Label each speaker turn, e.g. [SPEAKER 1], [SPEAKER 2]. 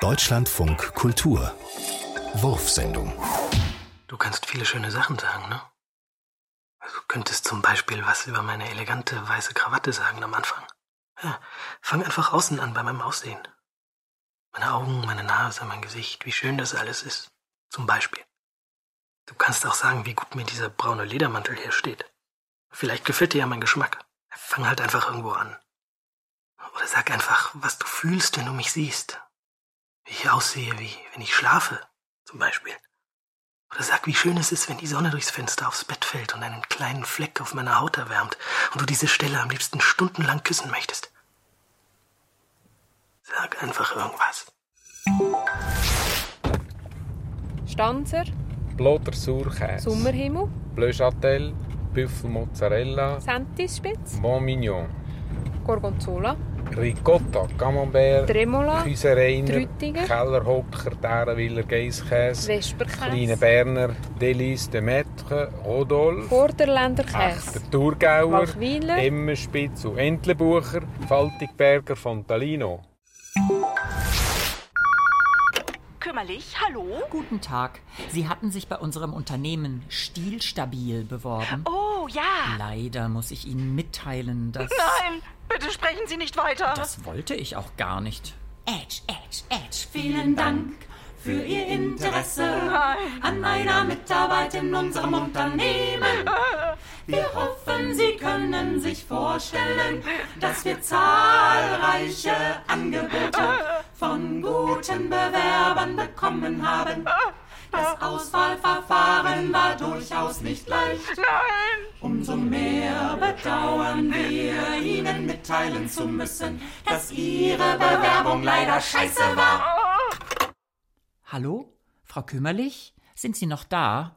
[SPEAKER 1] Deutschlandfunk Kultur. Wurfsendung.
[SPEAKER 2] Du kannst viele schöne Sachen sagen, ne? Also, Du könntest zum Beispiel was über meine elegante weiße Krawatte sagen am Anfang. Ja, fang einfach außen an bei meinem Aussehen. Meine Augen, meine Nase, mein Gesicht, wie schön das alles ist. Zum Beispiel. Du kannst auch sagen, wie gut mir dieser braune Ledermantel hier steht. Vielleicht gefällt dir ja mein Geschmack. Fang halt einfach irgendwo an. Oder sag einfach, was du fühlst, wenn du mich siehst. Wie ich aussehe, wie wenn ich schlafe, zum Beispiel. Oder sag, wie schön es ist, wenn die Sonne durchs Fenster aufs Bett fällt und einen kleinen Fleck auf meiner Haut erwärmt und du diese Stelle am liebsten stundenlang küssen möchtest. Sag einfach irgendwas.
[SPEAKER 3] Stanzer,
[SPEAKER 4] Bloder Sauerkäse,
[SPEAKER 3] Sommerhimmel,
[SPEAKER 4] Bleuchâtel, Büffel Mozzarella,
[SPEAKER 3] Sentispitz,
[SPEAKER 4] Bon Mignon,
[SPEAKER 3] Gorgonzola,
[SPEAKER 4] Ricotta, Camembert,
[SPEAKER 3] Tremola,
[SPEAKER 4] Küsereiner,
[SPEAKER 3] Trütiger.
[SPEAKER 4] Kellerhocker, Därenwiller, Geisskäse, Kleine
[SPEAKER 3] Vesperkäse,
[SPEAKER 4] Berner, Delice de Maître, Rodolf,
[SPEAKER 3] Vorderländer
[SPEAKER 4] Echter
[SPEAKER 3] Käse,
[SPEAKER 4] Thurgauer,
[SPEAKER 3] Walchwiler.
[SPEAKER 4] Emmenspitz und Entlebucher, Faltigberger, Fontalino.
[SPEAKER 5] Kümmerlich, hallo?
[SPEAKER 6] Guten Tag. Sie hatten sich bei unserem Unternehmen Stilstabil beworben.
[SPEAKER 5] Oh, ja.
[SPEAKER 6] Leider muss ich Ihnen mitteilen, dass.
[SPEAKER 5] Nein, bitte sprechen Sie nicht weiter.
[SPEAKER 6] Das wollte ich auch gar nicht.
[SPEAKER 7] Edge, Edge, Edge, vielen Dank für Ihr Interesse an meiner Mitarbeit in unserem Unternehmen. Wir hoffen, Sie können sich vorstellen, dass wir zahlreiche Angebote von guten Bewerbern bekommen haben. Das Auswahlverfahren war durchaus nicht leicht. Umso mehr bedauern wir, Ihnen mitteilen zu müssen, dass Ihre Bewerbung leider scheiße war.
[SPEAKER 6] Hallo? Frau Kümmerlich? Sind Sie noch da?